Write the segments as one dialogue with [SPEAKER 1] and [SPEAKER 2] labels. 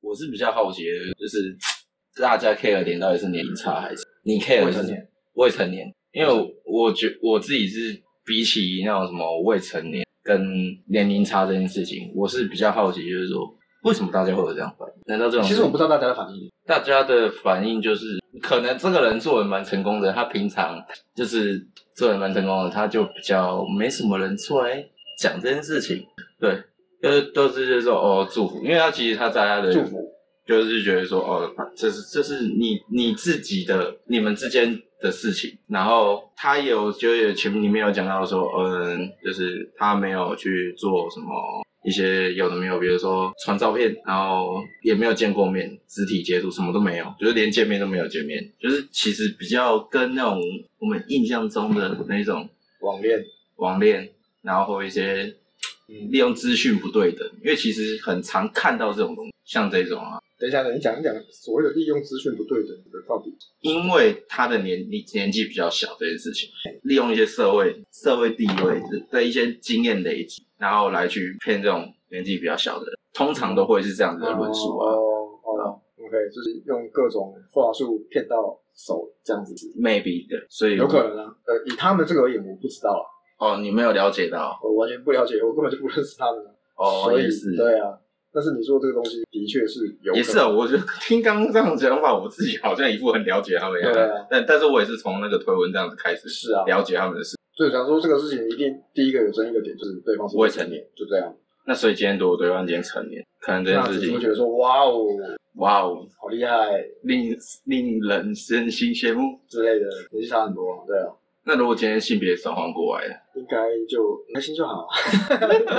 [SPEAKER 1] 我是比较好奇的，就是大家 care 的点到底是年龄差还是你 care 的
[SPEAKER 2] 未
[SPEAKER 1] 是
[SPEAKER 2] 成年，
[SPEAKER 1] 未成年？因为我我觉我自己是比起那种什么未成年跟年龄差这件事情，我是比较好奇，就是说为什么大家会有这样反应？难道这种
[SPEAKER 2] 其实我不知道大家的反应，
[SPEAKER 1] 大家的反应就是，可能这个人做人蛮成功的，他平常就是做人蛮成功的，他就比较没什么人出来讲这件事情。对，就是都是就是说哦祝福，因为他其实他在他的
[SPEAKER 2] 祝福
[SPEAKER 1] 就是觉得说哦，这是这是你你自己的你们之间的事情，然后他有就是前面里面有讲到说，嗯，就是他没有去做什么一些有的没有，比如说传照片，然后也没有见过面，肢体接触什么都没有，就是连见面都没有见面，就是其实比较跟那种我们印象中的那种
[SPEAKER 2] 网恋，
[SPEAKER 1] 网恋，然后或一些
[SPEAKER 2] 嗯
[SPEAKER 1] 利用资讯不对等，因为其实很常看到这种东西，像这种啊。
[SPEAKER 2] 等一下，你讲一讲所谓的利用资讯不对等的到底
[SPEAKER 1] 因为他的年年年纪比较小这件事情，利用一些社会社会地位的一些经验累积，然后来去骗这种年纪比较小的人，通常都会是这样子的论述啊。
[SPEAKER 2] 哦哦哦，OK，就是用各种话术骗到手这样子，
[SPEAKER 1] maybe 的，所以
[SPEAKER 2] 有可能啊。呃，以他们这个而言，我不知道啊，
[SPEAKER 1] 哦，你没有了解到
[SPEAKER 2] 我完全不了解，我根本就不认识他们啊。
[SPEAKER 1] 哦，
[SPEAKER 2] 所以
[SPEAKER 1] 也是
[SPEAKER 2] 对啊。但是你说这个东西的确是有可能，
[SPEAKER 1] 也是啊。我觉得听刚刚这样讲法，我自己好像一副很了解他们一样
[SPEAKER 2] 对啊，
[SPEAKER 1] 但但是我也是从那个推文这样子开始
[SPEAKER 2] 是啊
[SPEAKER 1] 了解他们的事。
[SPEAKER 2] 所以想说这个事情一定第一个有争议的点就是对方是
[SPEAKER 1] 未成年，
[SPEAKER 2] 就这样。
[SPEAKER 1] 那所以今天如果对方已经成年，可能这件
[SPEAKER 2] 那
[SPEAKER 1] 事
[SPEAKER 2] 只是会
[SPEAKER 1] 情
[SPEAKER 2] 觉得说哇哦，
[SPEAKER 1] 哇哦，
[SPEAKER 2] 好厉害
[SPEAKER 1] 令令人身心羡慕。
[SPEAKER 2] 之类的，年纪差很多，对啊，
[SPEAKER 1] 那如果今天性别转换过来了，
[SPEAKER 2] 应该就开心就好啊。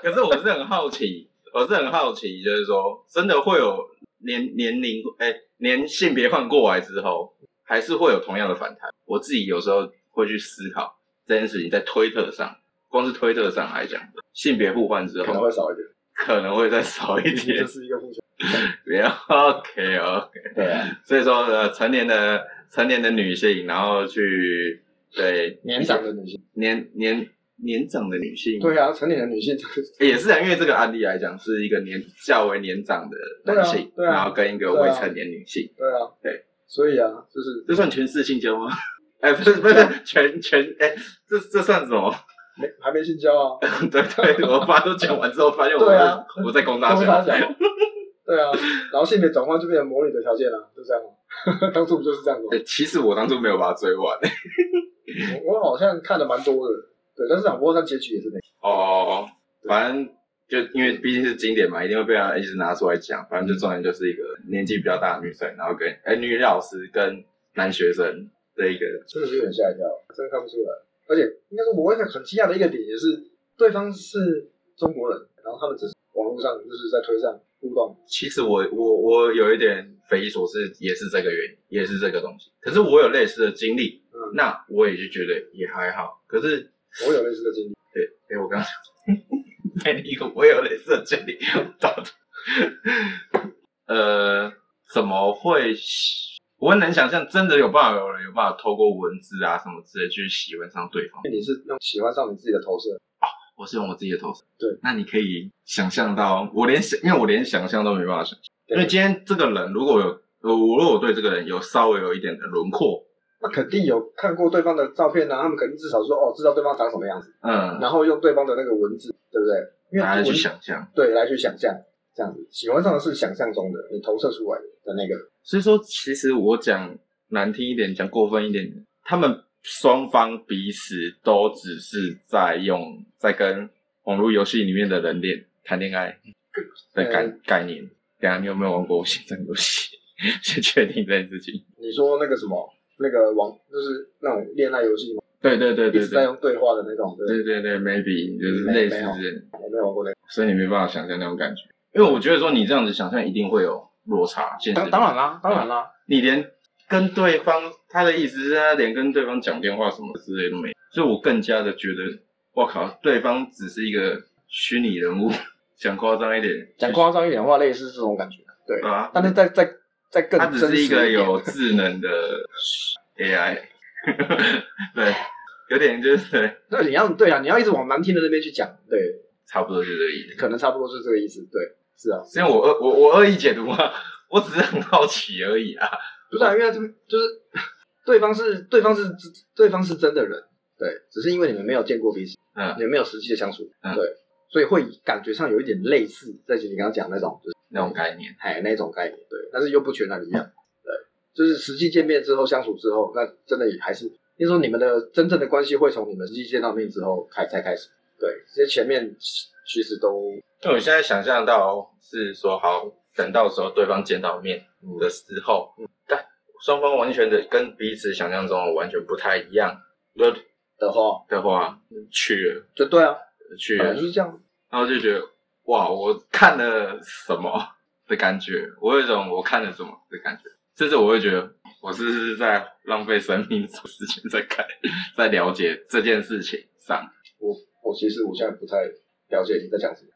[SPEAKER 1] 可是我是很好奇，我是很好奇，就是说，真的会有年年龄，哎、年性别换过来之后，还是会有同样的反弹。我自己有时候会去思考这件事情，在推特上，光是推特上来讲，性别互换之
[SPEAKER 2] 可能
[SPEAKER 1] 后
[SPEAKER 2] 会少一点，
[SPEAKER 1] 可能会再少一
[SPEAKER 2] 这
[SPEAKER 1] 点。
[SPEAKER 2] 是一个互相。
[SPEAKER 1] 不要 OK OK，
[SPEAKER 2] 对啊，
[SPEAKER 1] 所以说呃，成年的成年的女性，然后去对
[SPEAKER 2] 年长的女性，
[SPEAKER 1] 年年年长的女性，
[SPEAKER 2] 对 啊，成年的女性，
[SPEAKER 1] 也是啊，因为这个案例来讲，是一个年较为年长的男性，
[SPEAKER 2] 对啊对啊
[SPEAKER 1] 然后跟一个未成年女性，
[SPEAKER 2] 对啊，
[SPEAKER 1] 对，
[SPEAKER 2] 所以啊，就是
[SPEAKER 1] 这算全市性交吗？哎，不是不
[SPEAKER 2] 啊
[SPEAKER 1] 是全全哎，这这算什么？
[SPEAKER 2] 没还没性交啊，
[SPEAKER 1] 对对，我爸都讲完之后，发现我
[SPEAKER 2] 对啊
[SPEAKER 1] 我在攻大
[SPEAKER 2] 都
[SPEAKER 1] 学
[SPEAKER 2] 是，他讲 啊，对啊，然后性别转换就变成模拟的条件啊，就这样啊， 当初不就是这样子吗？
[SPEAKER 1] 哎其实我当初没有把它追完。
[SPEAKER 2] 我我好像看的蛮多的，对，但是啊想不过它结局也是那个，
[SPEAKER 1] 哦，反正就因为毕竟是经典嘛，一定会被他一直拿出来讲。反正就重点就是一个年纪比较大的女生，然后跟哎女老师跟男学生的一个
[SPEAKER 2] 真的是有点吓一跳，真的看不出来。而且应该说，我很很惊讶的一个点也是，对方是中国人，然后他们只是网络上就是在推上互动，
[SPEAKER 1] 其实我我我有一点匪夷所思，也是这个原因，也是这个东西。可是我有类似的经历，
[SPEAKER 2] 嗯，
[SPEAKER 1] 那我也就觉得也还好。可是，
[SPEAKER 2] 我有类似的经历，
[SPEAKER 1] 对，哎、我刚 刚讲被你一个我有类似的经历，我到底，呃，怎么会？我很难想象，真的有办法有人有办法透过文字啊什么之类去喜欢上对方。
[SPEAKER 2] 你是用喜欢上你自己的投射，
[SPEAKER 1] 我是用我自己的投射，
[SPEAKER 2] 对，
[SPEAKER 1] 那你可以想象到，我连想，因为我连想象都没办法想象。因
[SPEAKER 2] 对
[SPEAKER 1] 为今天这个人如果有呃，我如果我对这个人有稍微有一点的轮廓，
[SPEAKER 2] 那肯定有看过对方的照片啊，他们肯定至少说哦，知道对方长什么样子，
[SPEAKER 1] 嗯，
[SPEAKER 2] 然后用对方的那个文字，对不对？因为
[SPEAKER 1] 大家去
[SPEAKER 2] 文
[SPEAKER 1] 想象。
[SPEAKER 2] 对来去想象这样子，喜欢上的是想象中的，你投射出来的那个，
[SPEAKER 1] 所以说，其实我讲难听一点，讲过分一点，他们双方彼此都只是在用在跟网络游戏里面的人恋谈恋爱的概概念。等一下你有没有玩过线上游戏？ 去确定这件事情。
[SPEAKER 2] 你说那个什么那个网就是那种恋爱游戏嘛，
[SPEAKER 1] 对对对
[SPEAKER 2] 一
[SPEAKER 1] 对
[SPEAKER 2] 直在
[SPEAKER 1] 对
[SPEAKER 2] 用对话的那种，
[SPEAKER 1] 对
[SPEAKER 2] 对，
[SPEAKER 1] 对对，maybe 就是
[SPEAKER 2] 没
[SPEAKER 1] 类似
[SPEAKER 2] 没有
[SPEAKER 1] 这样。
[SPEAKER 2] 我没有玩过那个。
[SPEAKER 1] 所以你没办法想象那种感觉。因为我觉得说你这样子想象一定会有落差，现实
[SPEAKER 2] 当当然啦，当然啦，
[SPEAKER 1] 你连跟对方他的意思是他连跟对方讲电话什么之类都没有，所以我更加的觉得，我靠，对方只是一个虚拟人物，讲夸张一点，
[SPEAKER 2] 讲夸张一点的话，类似这种感觉，对。
[SPEAKER 1] 啊，
[SPEAKER 2] 但是再再再更
[SPEAKER 1] 他只
[SPEAKER 2] 真实
[SPEAKER 1] 是一个
[SPEAKER 2] 点
[SPEAKER 1] 有智能的 AI，对，有点就是对，
[SPEAKER 2] 那你要对啊，你要一直往难听的那边去讲，对，
[SPEAKER 1] 差不多就这个意思。
[SPEAKER 2] 可能差不多是这个意思，对。是啊，
[SPEAKER 1] 是因为我恶我我恶意解读吗？我只是很好奇而已啊。
[SPEAKER 2] 不是啊，因为他这边就是 对方是对方是对方是真的人，对，只是因为你们没有见过彼此，
[SPEAKER 1] 嗯
[SPEAKER 2] 你们没有实际的相处，
[SPEAKER 1] 嗯
[SPEAKER 2] 对，所以会感觉上有一点类似，在你刚刚讲那种，就是
[SPEAKER 1] 那种概念，
[SPEAKER 2] 哎那种概念，对，但是又不全然一样，对，就是实际见面之后相处之后，那真的也还是，听说你们的真正的关系会从你们实际见到面之后开才开始，对，这些前面其实都
[SPEAKER 1] 因为我现在想象到是说，好，等到时候对方见到面
[SPEAKER 2] 嗯
[SPEAKER 1] 的时候，但双方完全的跟彼此想象中的完全不太一样的
[SPEAKER 2] 的话，
[SPEAKER 1] 的话，去了
[SPEAKER 2] 就对啊，
[SPEAKER 1] 去
[SPEAKER 2] 本
[SPEAKER 1] 了
[SPEAKER 2] 来嗯就是这样，
[SPEAKER 1] 然后就觉得哇，我看了什么的感觉，我有一种我看了什么的感觉，甚至我会觉得我是不是在浪费生命 做事情，在看，在了解这件事情上。
[SPEAKER 2] 我我其实我现在不太了解你在讲什么，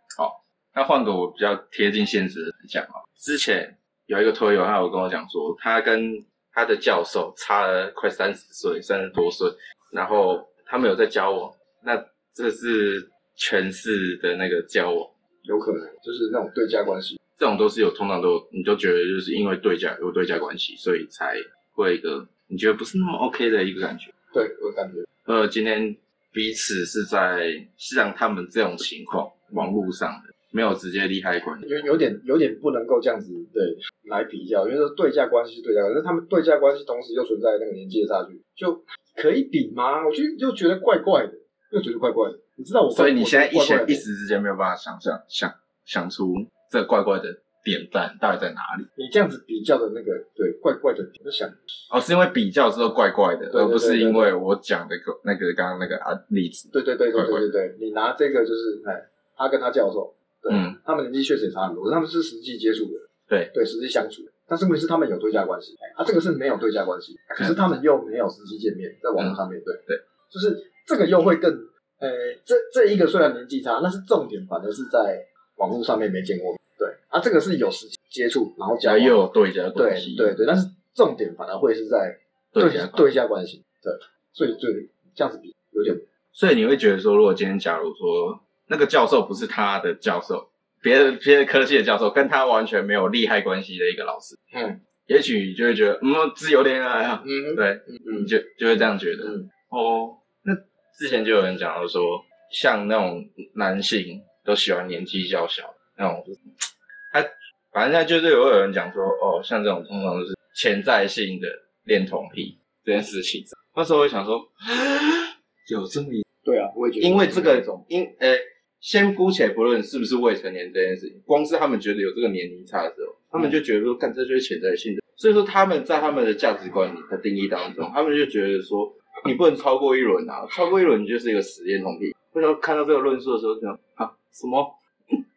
[SPEAKER 1] 那换个我比较贴近现实的讲啊，之前有一个推友，他有跟我讲说，他跟他的教授差了快三十岁，三十多岁，然后他们有在交往，那这是全市的那个交往。
[SPEAKER 2] 有可能就是那种对价关系。
[SPEAKER 1] 这种都是有，通常都有你就觉得就是因为对价有对价关系，所以才会有一个你觉得不是那么 OK 的一个感觉。
[SPEAKER 2] 对我感觉，
[SPEAKER 1] 呃，今天彼此是在像他们这种情况，网络上的没有直接利害关系，
[SPEAKER 2] 有有点有点不能够这样子对来比较，因为说对价关系是对价关系，但是他们对价关系同时又存在那个年纪的差距，就可以比吗？我就又觉得怪怪的，又觉得怪怪的。你知道我
[SPEAKER 1] 所以你现在一
[SPEAKER 2] 时
[SPEAKER 1] 时一时之间没有办法想象想想出这怪怪的点赞到底在哪里。
[SPEAKER 2] 你这样子比较的那个对怪怪的，我就想
[SPEAKER 1] 哦，是因为比较之后怪怪的，
[SPEAKER 2] 对对
[SPEAKER 1] 而不是
[SPEAKER 2] 对对
[SPEAKER 1] 因为我讲的个那个刚刚那个啊例子。
[SPEAKER 2] 对对对对
[SPEAKER 1] 怪怪
[SPEAKER 2] 对对对，你拿这个就是哎，他跟他教授，对，
[SPEAKER 1] 嗯
[SPEAKER 2] 他们年纪确实也差很多，他们是实际接触的，
[SPEAKER 1] 对
[SPEAKER 2] 对，实际相处的。但是问题是他们有对价关系，哎啊，这个是没有对价关系，可是他们又没有实际见面，在网络上面对，
[SPEAKER 1] 嗯对，
[SPEAKER 2] 就是这个又会更，呃，这这一个虽然年纪差，但是重点反而是在网络上面没见过面，对，啊，这个是有实际接触，然后
[SPEAKER 1] 只
[SPEAKER 2] 交
[SPEAKER 1] 要
[SPEAKER 2] 往
[SPEAKER 1] 又有对价
[SPEAKER 2] 对
[SPEAKER 1] 关系，
[SPEAKER 2] 对对，但是重点反而会是在
[SPEAKER 1] 对价关系
[SPEAKER 2] 对价关系，对，所以就这样子比有点
[SPEAKER 1] 所以你会觉得说，如果今天假如说那个教授不是他的教授，别的别的科系的教授，跟他完全没有利害关系的一个老师，
[SPEAKER 2] 嗯，
[SPEAKER 1] 也许你就会觉得，嗯，自由恋爱啊，
[SPEAKER 2] 嗯
[SPEAKER 1] 对，
[SPEAKER 2] 嗯
[SPEAKER 1] 你就就会这样觉得。
[SPEAKER 2] 嗯
[SPEAKER 1] 哦，那之前就有人讲到说，像那种男性都喜欢年纪较小那种，就是他反正就是有有人讲说，哦，像这种通常都是潜在性的恋童癖这件事情。那时候我想说，有这么
[SPEAKER 2] 对啊，我也觉得
[SPEAKER 1] 因为这个
[SPEAKER 2] 有种
[SPEAKER 1] 因呃，先姑且不论是不是未成年这件事情，光是他们觉得有这个年龄差的时候，他们就觉得说，干这就是潜在性的。所以说他们在他们的价值观里的定义当中，他们就觉得说，你不能超过一轮啊，超过一轮你就是一个实验童癖。为什么看到这个论述的时候就想啊什么？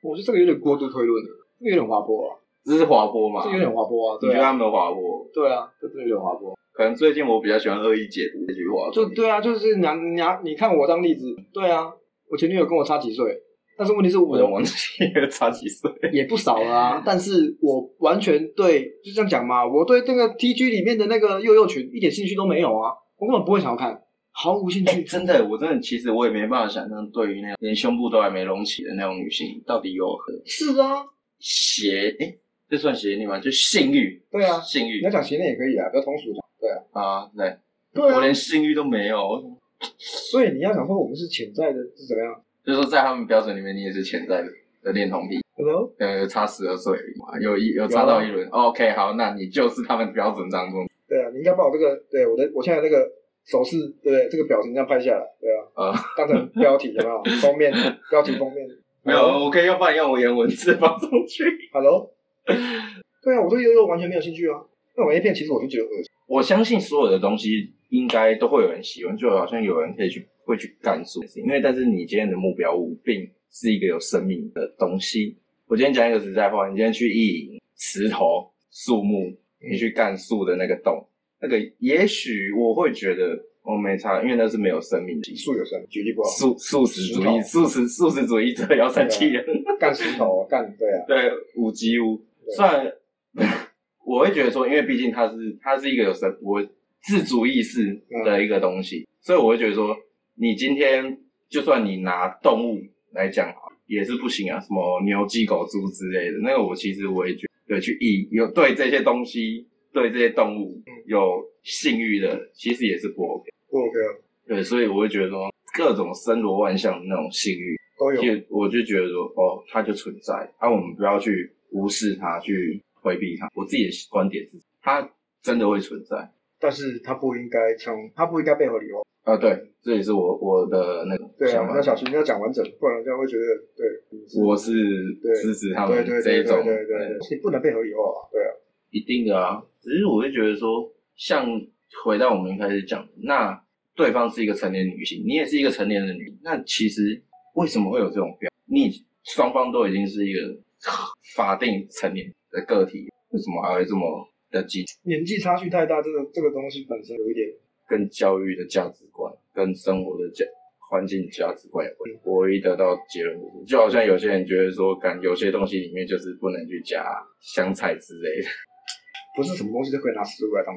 [SPEAKER 2] 我觉得这个有点过度推论了，这个有点滑坡啊，
[SPEAKER 1] 这是滑坡嘛？
[SPEAKER 2] 这个有点滑坡啊，
[SPEAKER 1] 你觉
[SPEAKER 2] 对
[SPEAKER 1] 得他
[SPEAKER 2] 啊，
[SPEAKER 1] 们滑坡？
[SPEAKER 2] 对啊，这真的有点滑坡。
[SPEAKER 1] 可能最近我比较喜欢恶意解读这句话，
[SPEAKER 2] 就对啊，就是拿拿你看我当例子，对啊，我前女友跟我差几岁，但是问题是
[SPEAKER 1] 我的
[SPEAKER 2] 我
[SPEAKER 1] 忘记 了差几岁。
[SPEAKER 2] 也不少了啊，但是我完全对，就这样讲嘛，我对那个 T G 里面的那个幼幼群一点兴趣都没有啊，我根本不会想要看，毫无兴趣。
[SPEAKER 1] 真的，我真的其实我也没办法想象，对于那种连胸部都还没隆起的那种女性，到底有何
[SPEAKER 2] 是啊，
[SPEAKER 1] 邪？哎、这算邪念吗？就性欲。
[SPEAKER 2] 对啊
[SPEAKER 1] 性
[SPEAKER 2] 你
[SPEAKER 1] 欲
[SPEAKER 2] 要讲邪念也可以啊，不要通俗讲。对啊，
[SPEAKER 1] 啊，对，
[SPEAKER 2] 对
[SPEAKER 1] 我
[SPEAKER 2] 啊，
[SPEAKER 1] 连性欲都没有，
[SPEAKER 2] 所以你要想说我们是潜在的是怎么样
[SPEAKER 1] 就是说在他们标准里面，你也是潜在的的恋童癖，
[SPEAKER 2] ？Hello，
[SPEAKER 1] 呃，有差十二岁而已嘛，有一有啊差到一轮、o k 好，那你就是他们标准当中，
[SPEAKER 2] 对啊，你应该把我这个对我的我现在这个手势，对不对？这个表情这样拍下来，对啊，
[SPEAKER 1] 呃，
[SPEAKER 2] 当成标题有 没有？封面标题封面
[SPEAKER 1] 没有，我可以要不然用我原文字放上去。
[SPEAKER 2] ？Hello，对啊，我对悠悠完全没有兴趣啊。那种 A 片其实我就觉得恶心，
[SPEAKER 1] 我相信所有的东西应该都会有人喜欢，就好像有人可以去会去干涉，因为但是你今天的目标物并是一个有生命的东西。我今天讲一个实在话，你今天去意淫石头、树木，你去干树的那个洞，那个也许我会觉得我、哦、没差，因为那是没有生命的。
[SPEAKER 2] 素有生，举例不好，
[SPEAKER 1] 素素食主义，
[SPEAKER 2] 石
[SPEAKER 1] 素食素食主义者要生气了。
[SPEAKER 2] 干石头干对啊，
[SPEAKER 1] 对，五级屋，
[SPEAKER 2] 对
[SPEAKER 1] 虽然我会觉得说，因为毕竟它是它是一个有神我自主意识的一个东西，所以我会觉得说，你今天就算你拿动物来讲好了，也是不行啊，什么牛鸡狗猪之类的，那个我其实我也觉得对去意有对这些东西对这些动物有性欲的，其实也是不 OK。
[SPEAKER 2] 不 OK 啊，
[SPEAKER 1] 对，所以我会觉得说各种森罗万象的那种性欲，
[SPEAKER 2] 都有。
[SPEAKER 1] 就我就觉得说哦，它就存在，啊，我们不要去无视它，去回避它。我自己的观点是，它真的会存在。
[SPEAKER 2] 但是他不应该从，他不应该被合理化。
[SPEAKER 1] 啊，对，这也是我我的那个
[SPEAKER 2] 对
[SPEAKER 1] 想
[SPEAKER 2] 啊，
[SPEAKER 1] 法。
[SPEAKER 2] 你要小心，你要讲完整，不然人家会觉得对，你是
[SPEAKER 1] 我是
[SPEAKER 2] 对
[SPEAKER 1] 支持他
[SPEAKER 2] 对
[SPEAKER 1] 们
[SPEAKER 2] 对
[SPEAKER 1] 这
[SPEAKER 2] 对
[SPEAKER 1] 一
[SPEAKER 2] 对
[SPEAKER 1] 种，
[SPEAKER 2] 对对对，你不能被合理化啊，对啊，
[SPEAKER 1] 一定的啊。只是我会觉得说，像回到我们一开始讲的，那对方是一个成年女性，你也是一个成年的女，那其实为什么会有这种标？你双方都已经是一个法定成年的个体，为什么还会这么的激
[SPEAKER 2] 年纪差距太大，这个这个东西本身有一点，
[SPEAKER 1] 跟教育的价值观、跟生活的价环境价值观有关。我唯一得到结论就是，就好像有些人觉得说，感有些东西里面就是不能去加香菜之类的。
[SPEAKER 2] 不是什么东西都可以拿食物来当。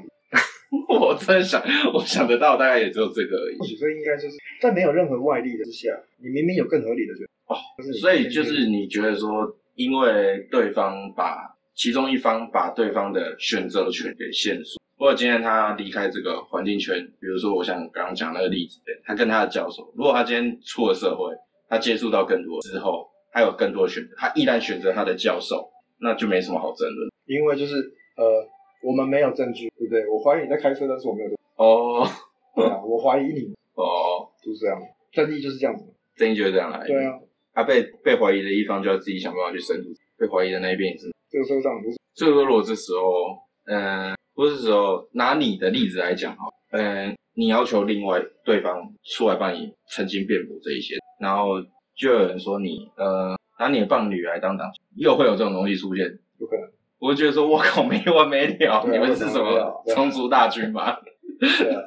[SPEAKER 1] 我真想，我想得到大概也只有这个而
[SPEAKER 2] 或
[SPEAKER 1] 已。
[SPEAKER 2] 许这应该就是在没有任何外力的之下，你明明有更合理的选择
[SPEAKER 1] 哦，
[SPEAKER 2] 但是你
[SPEAKER 1] 所以就是你觉得说，因为对方把其中一方把对方的选择权给限缩。如果今天他离开这个环境圈，比如说我像刚刚讲那个例子，他跟他的教授，如果他今天出了社会，他接触到更多之后，他有更多的选择，他依然选择他的教授，那就没什么好争论。
[SPEAKER 2] 因为就是呃，我们没有证据，对不对？我怀疑你在开车，但是我没有证据，
[SPEAKER 1] 哦
[SPEAKER 2] 对啊，我怀疑你，
[SPEAKER 1] 哦，
[SPEAKER 2] 就是这样，正义就是这样子，
[SPEAKER 1] 争议就是这样来的。
[SPEAKER 2] 对啊，
[SPEAKER 1] 他被被怀疑的一方就要自己想办法去深度，被怀疑的那一边也是
[SPEAKER 2] 这个社会上很多
[SPEAKER 1] 所以说，如果这时候，嗯，不是时候，拿你的例子来讲哈，嗯，你要求另外对方出来帮你澄清辩驳这一些，然后就有人说你，呃，拿你的伴侣来当挡，又会有这种东西出现，
[SPEAKER 2] 有可能，
[SPEAKER 1] 我就觉得说，我靠，没完没了，
[SPEAKER 2] 对啊
[SPEAKER 1] 你们是什
[SPEAKER 2] 没完没了
[SPEAKER 1] 么
[SPEAKER 2] 对啊
[SPEAKER 1] 冲突大军吗？
[SPEAKER 2] 对啊，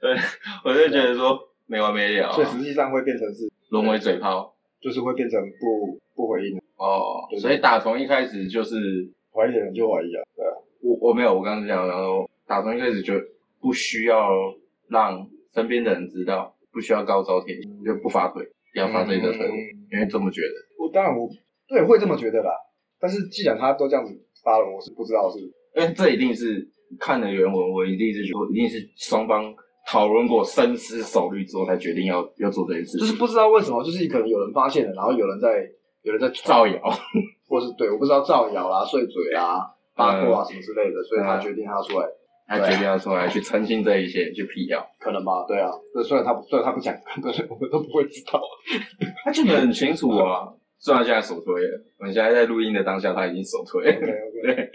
[SPEAKER 1] 对，我就觉得说没完没了啊、
[SPEAKER 2] 所以实际上会变成是，
[SPEAKER 1] 沦为嘴炮
[SPEAKER 2] 就是会变成不不回应，
[SPEAKER 1] 哦
[SPEAKER 2] 对。
[SPEAKER 1] 所以打从一开始就是
[SPEAKER 2] 怀疑的人就怀疑啊，对啊，
[SPEAKER 1] 我我没有，我刚刚讲，然后打从一开始就不需要让身边的人知道，不需要高招贴，就不发腿，不要发自己的腿，
[SPEAKER 2] 嗯
[SPEAKER 1] 因为这么觉得。
[SPEAKER 2] 我当然我对会这么觉得啦，但是既然他都这样子发了，我是不知道是
[SPEAKER 1] 因为这一定是看了原文，我一定是说，一定是双方讨论过、深思熟虑之后才决定要要做这件事
[SPEAKER 2] 就
[SPEAKER 1] 情，
[SPEAKER 2] 是不知道为什么，就是可能有人发现了，然后有人在有人在传，
[SPEAKER 1] 造谣。
[SPEAKER 2] 或是对我不知道造谣啦、碎嘴啦、八卦啊什么之类的，所以他决定他要出来，
[SPEAKER 1] 他
[SPEAKER 2] 啊
[SPEAKER 1] 决定要出来去澄清这一切，去辟谣。
[SPEAKER 2] 可能吧？对啊，对，虽然他不虽然他不讲， 但是我们都不会知道。
[SPEAKER 1] 他讲的很清楚啊，虽然现在首推了，我们现在在录音的当下，他已经首推
[SPEAKER 2] OK
[SPEAKER 1] 了。
[SPEAKER 2] OK，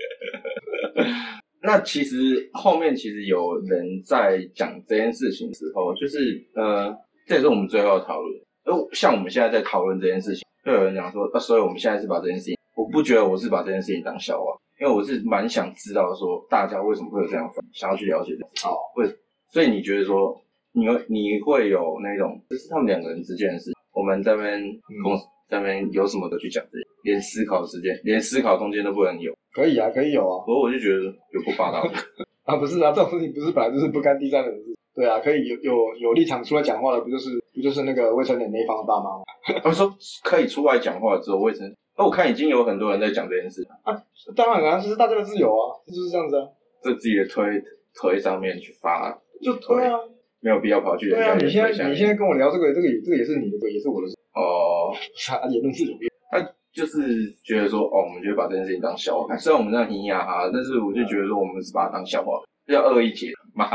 [SPEAKER 1] 那其实后面其实有人在讲这件事情的时候，就是呃，这也是我们最后的讨论。呃，像我们现在在讨论这件事情，就有人讲说，呃，所以我们现在是把这件事情，我不觉得我是把这件事情当笑话，因为我是蛮想知道说大家为什么会有这样的反应，想要去了解这件事情。
[SPEAKER 2] 哦，
[SPEAKER 1] 为所以你觉得说，你会你会有那种，就是他们两个人之间的事情，我们这边公、这边有什么的去讲这些，连思考时间，连思考空间都不能有。
[SPEAKER 2] 可以啊，可以有啊，
[SPEAKER 1] 所以我就觉得有不霸道的。
[SPEAKER 2] 啊不是啊，这种事情不是本来就是不干第三人的事。对啊，可以有有有立场出来讲话的，不就是不就是那个未成年那一方的爸妈吗？
[SPEAKER 1] 他们说可以出来讲话之后，我也真，那我看已经有很多人在讲这件事，
[SPEAKER 2] 当然啊，这是大家的自由啊，就是这样子啊，
[SPEAKER 1] 在自己的推推上面去发，
[SPEAKER 2] 就对啊，
[SPEAKER 1] 没有必要跑去人
[SPEAKER 2] 对
[SPEAKER 1] 家
[SPEAKER 2] 啊，
[SPEAKER 1] 的
[SPEAKER 2] 你现
[SPEAKER 1] 推下
[SPEAKER 2] 在你
[SPEAKER 1] 面
[SPEAKER 2] 现在跟我聊这个，这个也这个也是你的，这个也是我的事，
[SPEAKER 1] 哦，
[SPEAKER 2] 啥言论自由。
[SPEAKER 1] 就是觉得说哦，我们就把这件事情当笑话看，虽然我们这样咿呀哈，但是我就觉得说我们是把它当笑话，不要恶意解读嘛。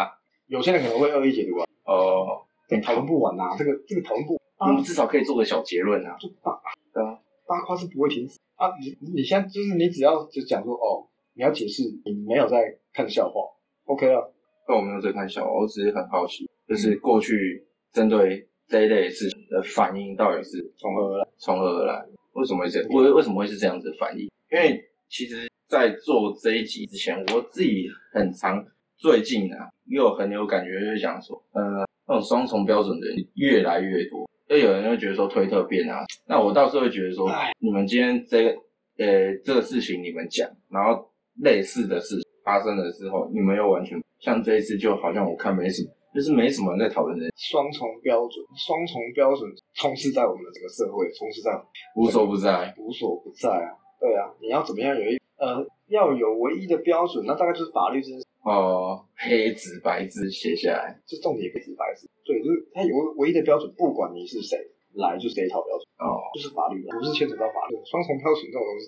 [SPEAKER 2] 有些人可能会恶意解读啊，
[SPEAKER 1] 哦，
[SPEAKER 2] 这个讨论不完呐、这个这个讨论不
[SPEAKER 1] 我们至少可以做个小结论啊。
[SPEAKER 2] 就八
[SPEAKER 1] 对啊，
[SPEAKER 2] 八卦是不会停止啊。你你现在就是你只要就讲说哦，你要解释你没有在看笑话，OK 了，
[SPEAKER 1] 但我没有在看笑话，我只是很好奇，就是过去针对这一类事情的反应到底是
[SPEAKER 2] 从何而来？
[SPEAKER 1] 从何而来？为什么会这为为什么会是这样子的反应？因为其实，在做这一集之前，我自己很常最近啊，又很有感觉，就是想说，呃，那种双重标准的人越来越多。就有人会觉得说推特变啊，那我倒是会觉得说
[SPEAKER 2] 哎，
[SPEAKER 1] 你们今天这个呃这个事情你们讲，然后类似的事情发生了之后，你们又完全像这一次就好像我看没什么，就是没什么人在讨论这，
[SPEAKER 2] 双重标准，双重标准充斥在我们的这个社会，充斥在
[SPEAKER 1] 无所不在。
[SPEAKER 2] 无所不在啊。对啊，你要怎么样有一呃要有唯一的标准，那大概就是法律这件事
[SPEAKER 1] 哦，黑纸白字写下来。
[SPEAKER 2] 这重点也不止白纸，对，就是它有唯一的标准，不管你是谁来就是这一套标准，
[SPEAKER 1] 哦，
[SPEAKER 2] 就是法律，不是牵扯到法律，双重标准这种东西，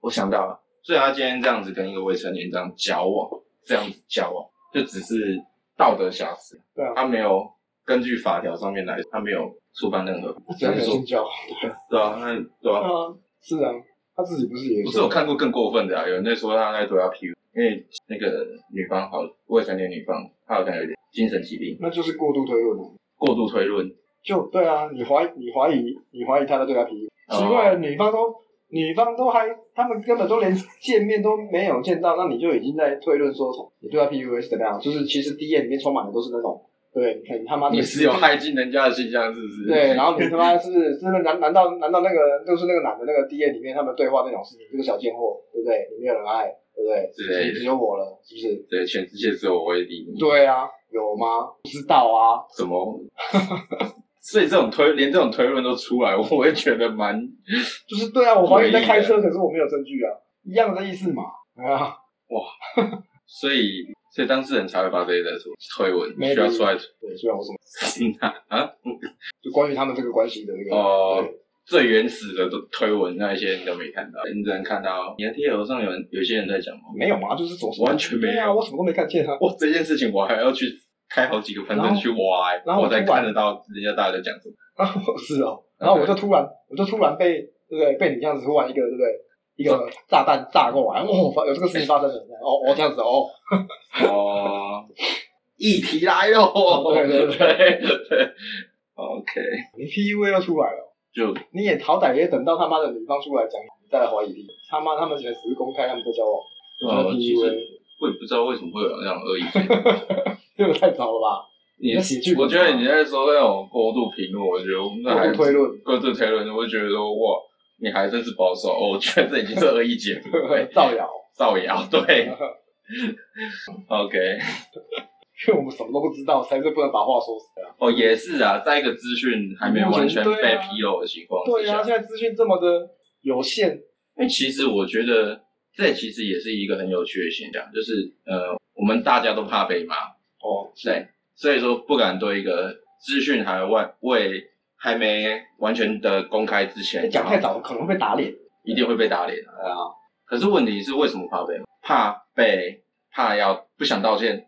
[SPEAKER 1] 我想到了，所以他今天这样子跟一个未成年这样交往，这样子交往，就只是道德瑕疵，
[SPEAKER 2] 对啊，
[SPEAKER 1] 他没有根据法条上面来，他没有触犯任何，
[SPEAKER 2] 只要
[SPEAKER 1] 只
[SPEAKER 2] 有
[SPEAKER 1] 是说
[SPEAKER 2] 性交，
[SPEAKER 1] 对啊，那对啊，
[SPEAKER 2] 啊，是啊，他自己不是也
[SPEAKER 1] 不是我看过更过分的啊，有人在说他在对他 PU，因为那个女方好未成年女方，她好像有点精神疾病，
[SPEAKER 2] 那就是过度推论啊。
[SPEAKER 1] 过度推论，
[SPEAKER 2] 就对啊，你怀疑你怀疑你怀疑他在对他皮，
[SPEAKER 1] 哦
[SPEAKER 2] 奇怪了，女方都女方都还，他们根本都连见面都没有见到，那你就已经在推论说你对他 PUA 是怎么样？就是其实 D N 里面充满的都是那种，对，你看你他妈
[SPEAKER 1] 你是有害进人家的形象是不是？
[SPEAKER 2] 对，啊然后你他妈是真的难难道难道那个就是那个男的那个 D N 里面他们对话那种事情，这个小贱货，对不对？你没有人爱，对不对？
[SPEAKER 1] 之类的
[SPEAKER 2] 只有我了，是不是？
[SPEAKER 1] 对，全世界只有我会理你，
[SPEAKER 2] 对啊，有吗？不知道啊，
[SPEAKER 1] 怎么？ 所以这种推连这种推论都出来，我会觉得蛮
[SPEAKER 2] 就是对啊，我怀疑你在开车，可是我没有证据啊，一样的意思嘛，啊。
[SPEAKER 1] 所以，所以当事人才会发这些的推文
[SPEAKER 2] Maybe
[SPEAKER 1] 需要出来
[SPEAKER 2] 对，虽然我什么，
[SPEAKER 1] 啊，
[SPEAKER 2] 就关于他们这个关系的那个，
[SPEAKER 1] 哦
[SPEAKER 2] 对
[SPEAKER 1] 最原始的推文那一些你都没看到，你只能看到你的贴友上有人有些人在讲吗？
[SPEAKER 2] 没有嘛，就是总是
[SPEAKER 1] 完全没有
[SPEAKER 2] 对啊，我什么都没看见啊。
[SPEAKER 1] 哇，这件事情我还要去开好几个分
[SPEAKER 2] 然
[SPEAKER 1] 身
[SPEAKER 2] 后
[SPEAKER 1] 去挖、欸，
[SPEAKER 2] 然后
[SPEAKER 1] 我
[SPEAKER 2] 我
[SPEAKER 1] 才
[SPEAKER 2] 突然
[SPEAKER 1] 看得到人家大家在讲什么。
[SPEAKER 2] 然后是哦，然后我就突然，我就突然被，对不对？被你这样子突然一个，对不对？一个炸弹炸过来，哦，发有这个事情发生了，哦哦这样子哦，
[SPEAKER 1] 哦，议题来了，
[SPEAKER 2] 哦对对
[SPEAKER 1] 对对，OK，
[SPEAKER 2] 你 PUA 又出来了，
[SPEAKER 1] 就
[SPEAKER 2] 你也好歹也等到他妈的女方出来讲，你再来怀疑你，他妈他们只是公开他们在交往，
[SPEAKER 1] 哦
[SPEAKER 2] 就是
[SPEAKER 1] 其实
[SPEAKER 2] PUA，
[SPEAKER 1] 我也不知道为什么会有那种 恶意推论。
[SPEAKER 2] 这个太早了吧？
[SPEAKER 1] 你
[SPEAKER 2] 那喜剧啊
[SPEAKER 1] 我觉得你在说那种过度评论，我觉得那还
[SPEAKER 2] 过度推论，
[SPEAKER 1] 过度推论，我就觉得说哇，你还真是保守，哦我觉得这已经是恶意解读，对
[SPEAKER 2] 造谣，
[SPEAKER 1] 造谣， 对，OK，
[SPEAKER 2] 因为我们什么都不知道，才是不能把话说死啊。
[SPEAKER 1] 哦也是啊，在一个资讯还没有完全被披露的情况之
[SPEAKER 2] 对
[SPEAKER 1] 下，
[SPEAKER 2] 啊，现在资讯这么的有限，
[SPEAKER 1] 因为其实我觉得这其实也是一个很有趣的现象，就是呃，我们大家都怕被骂，
[SPEAKER 2] 哦，
[SPEAKER 1] 对，所以说不敢对一个资讯还未未还没完全的公开之前，
[SPEAKER 2] 讲太早可能会打脸。
[SPEAKER 1] 一定会被打脸啊。
[SPEAKER 2] 对啊，
[SPEAKER 1] 可是问题是为什么怕被怕被怕要不想道歉？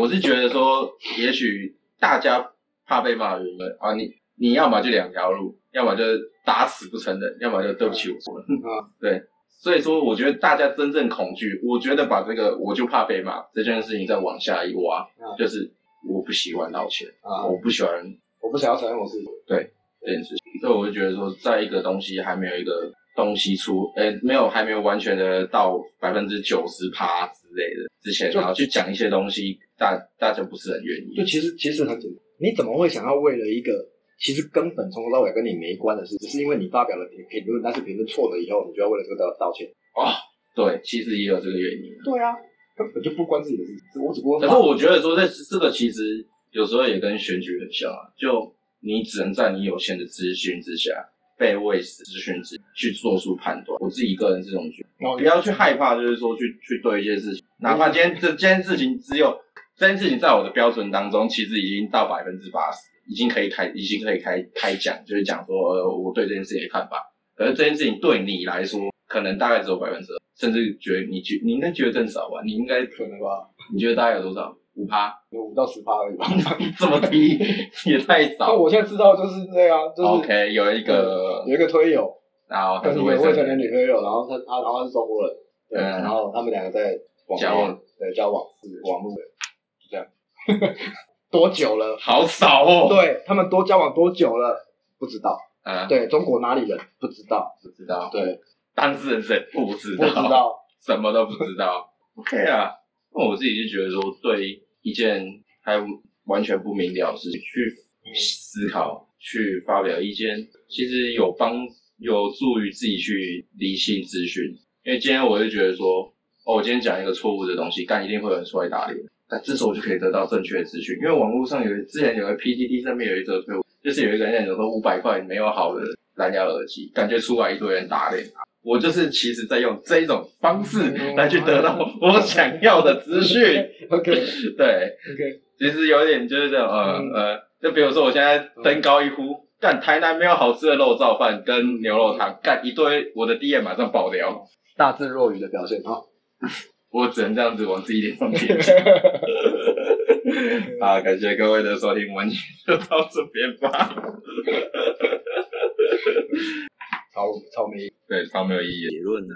[SPEAKER 1] 我是觉得说，也许大家怕被骂的原因啊，你你要么就两条路，要么就是打死不承认，要么就对不起我错了。
[SPEAKER 2] 嗯，
[SPEAKER 1] 对，所以说我觉得大家真正恐惧，我觉得把这个我就怕被骂这件事情再往下一挖，
[SPEAKER 2] 嗯
[SPEAKER 1] 就是我不喜欢道歉，
[SPEAKER 2] 啊
[SPEAKER 1] 我不喜欢
[SPEAKER 2] 我不想要承认我自己。
[SPEAKER 1] 这件事情。所以我就觉得说，在一个东西还没有一个东西出，呃，没有还没有完全的到百分之九十趴之类的之前，
[SPEAKER 2] 就
[SPEAKER 1] 然后去讲一些东西，大大家不是很愿
[SPEAKER 2] 就
[SPEAKER 1] 意。
[SPEAKER 2] 其实其实很简单，你怎么会想要为了一个其实根本从头到尾跟你没关的事，只是因为你发表了评评论，但是评论错了以后，你就要为了这个道道歉？
[SPEAKER 1] 对，其实也有这个原因。
[SPEAKER 2] 对啊，根本就不关自己的事情，我只不过
[SPEAKER 1] 可是我觉得说这这个其实有时候也跟选举很像啊，就你只能在你有限的资讯之下。被喂食资讯之去做出判断，我自己个人是这种觉得。
[SPEAKER 2] 然后
[SPEAKER 1] 哦不要去害怕，就是说去去对一些事情，哪怕今天这这件事情只有这件事情在我的标准当中，其实已经到百分之八十，已经可以开，已经可以开开讲，就是讲说呃我对这件事情的看法。可是这件事情对你来说，可能大概只有百分之二，甚至觉得你觉你应该觉得更少吧？你应该
[SPEAKER 2] 可能吧，
[SPEAKER 1] 你觉得大概有多少？五趴，
[SPEAKER 2] 有五到十趴而已吧。
[SPEAKER 1] 这么低也太
[SPEAKER 2] 那
[SPEAKER 1] 少。
[SPEAKER 2] 我现在知道就是这样， 就是
[SPEAKER 1] OK，有一个，
[SPEAKER 2] 有一个推友，
[SPEAKER 1] 然后他
[SPEAKER 2] 跟
[SPEAKER 1] 是
[SPEAKER 2] 一个
[SPEAKER 1] 未
[SPEAKER 2] 未
[SPEAKER 1] 成
[SPEAKER 2] 成
[SPEAKER 1] 年
[SPEAKER 2] 年女朋友，然后他他然后他是中国人，对，
[SPEAKER 1] 嗯
[SPEAKER 2] 然后他们两个在网
[SPEAKER 1] 交往，
[SPEAKER 2] 对，交往是网络的，就这样， 多久了？
[SPEAKER 1] 好少哦。
[SPEAKER 2] 对他们多交往多久了？不知道，
[SPEAKER 1] 啊，
[SPEAKER 2] 对中国哪里人不知道，
[SPEAKER 1] 不知道，
[SPEAKER 2] 对，
[SPEAKER 1] 当事人是不知
[SPEAKER 2] 不
[SPEAKER 1] 道，
[SPEAKER 2] 知道，
[SPEAKER 1] 什么都不知道。OK 啊，那我自己就觉得说，对一件还完全不明了的事情去思考、去发表意见，其实有帮有助于自己去理性咨询。因为今天我就觉得说，哦，我今天讲一个错误的东西，但一定会有人出来打脸。但至少我就可以得到正确的资讯，因为网络上有之前有个 PPT 上面有一则推文，就是有一个人讲说五百块没有好的蓝牙耳机，感觉出来一堆人打脸他。我就是其实在用这种方式来去得到我想要的资讯，
[SPEAKER 3] OK
[SPEAKER 1] 对，
[SPEAKER 3] OK，
[SPEAKER 1] 其实有点就是这种呃、
[SPEAKER 3] 嗯
[SPEAKER 1] 呃，就比如说我现在登高一呼，干台南没有好吃的肉燥饭跟牛肉汤，干一堆，我的 DM 马上爆掉，
[SPEAKER 2] 大智若愚的表现啊。
[SPEAKER 1] 我只能这样子往自己脸上 贴金。好，感谢各位的收听，我们就到这边吧。
[SPEAKER 2] 草草莓。
[SPEAKER 1] 对，超没有意义。
[SPEAKER 4] 理论呢、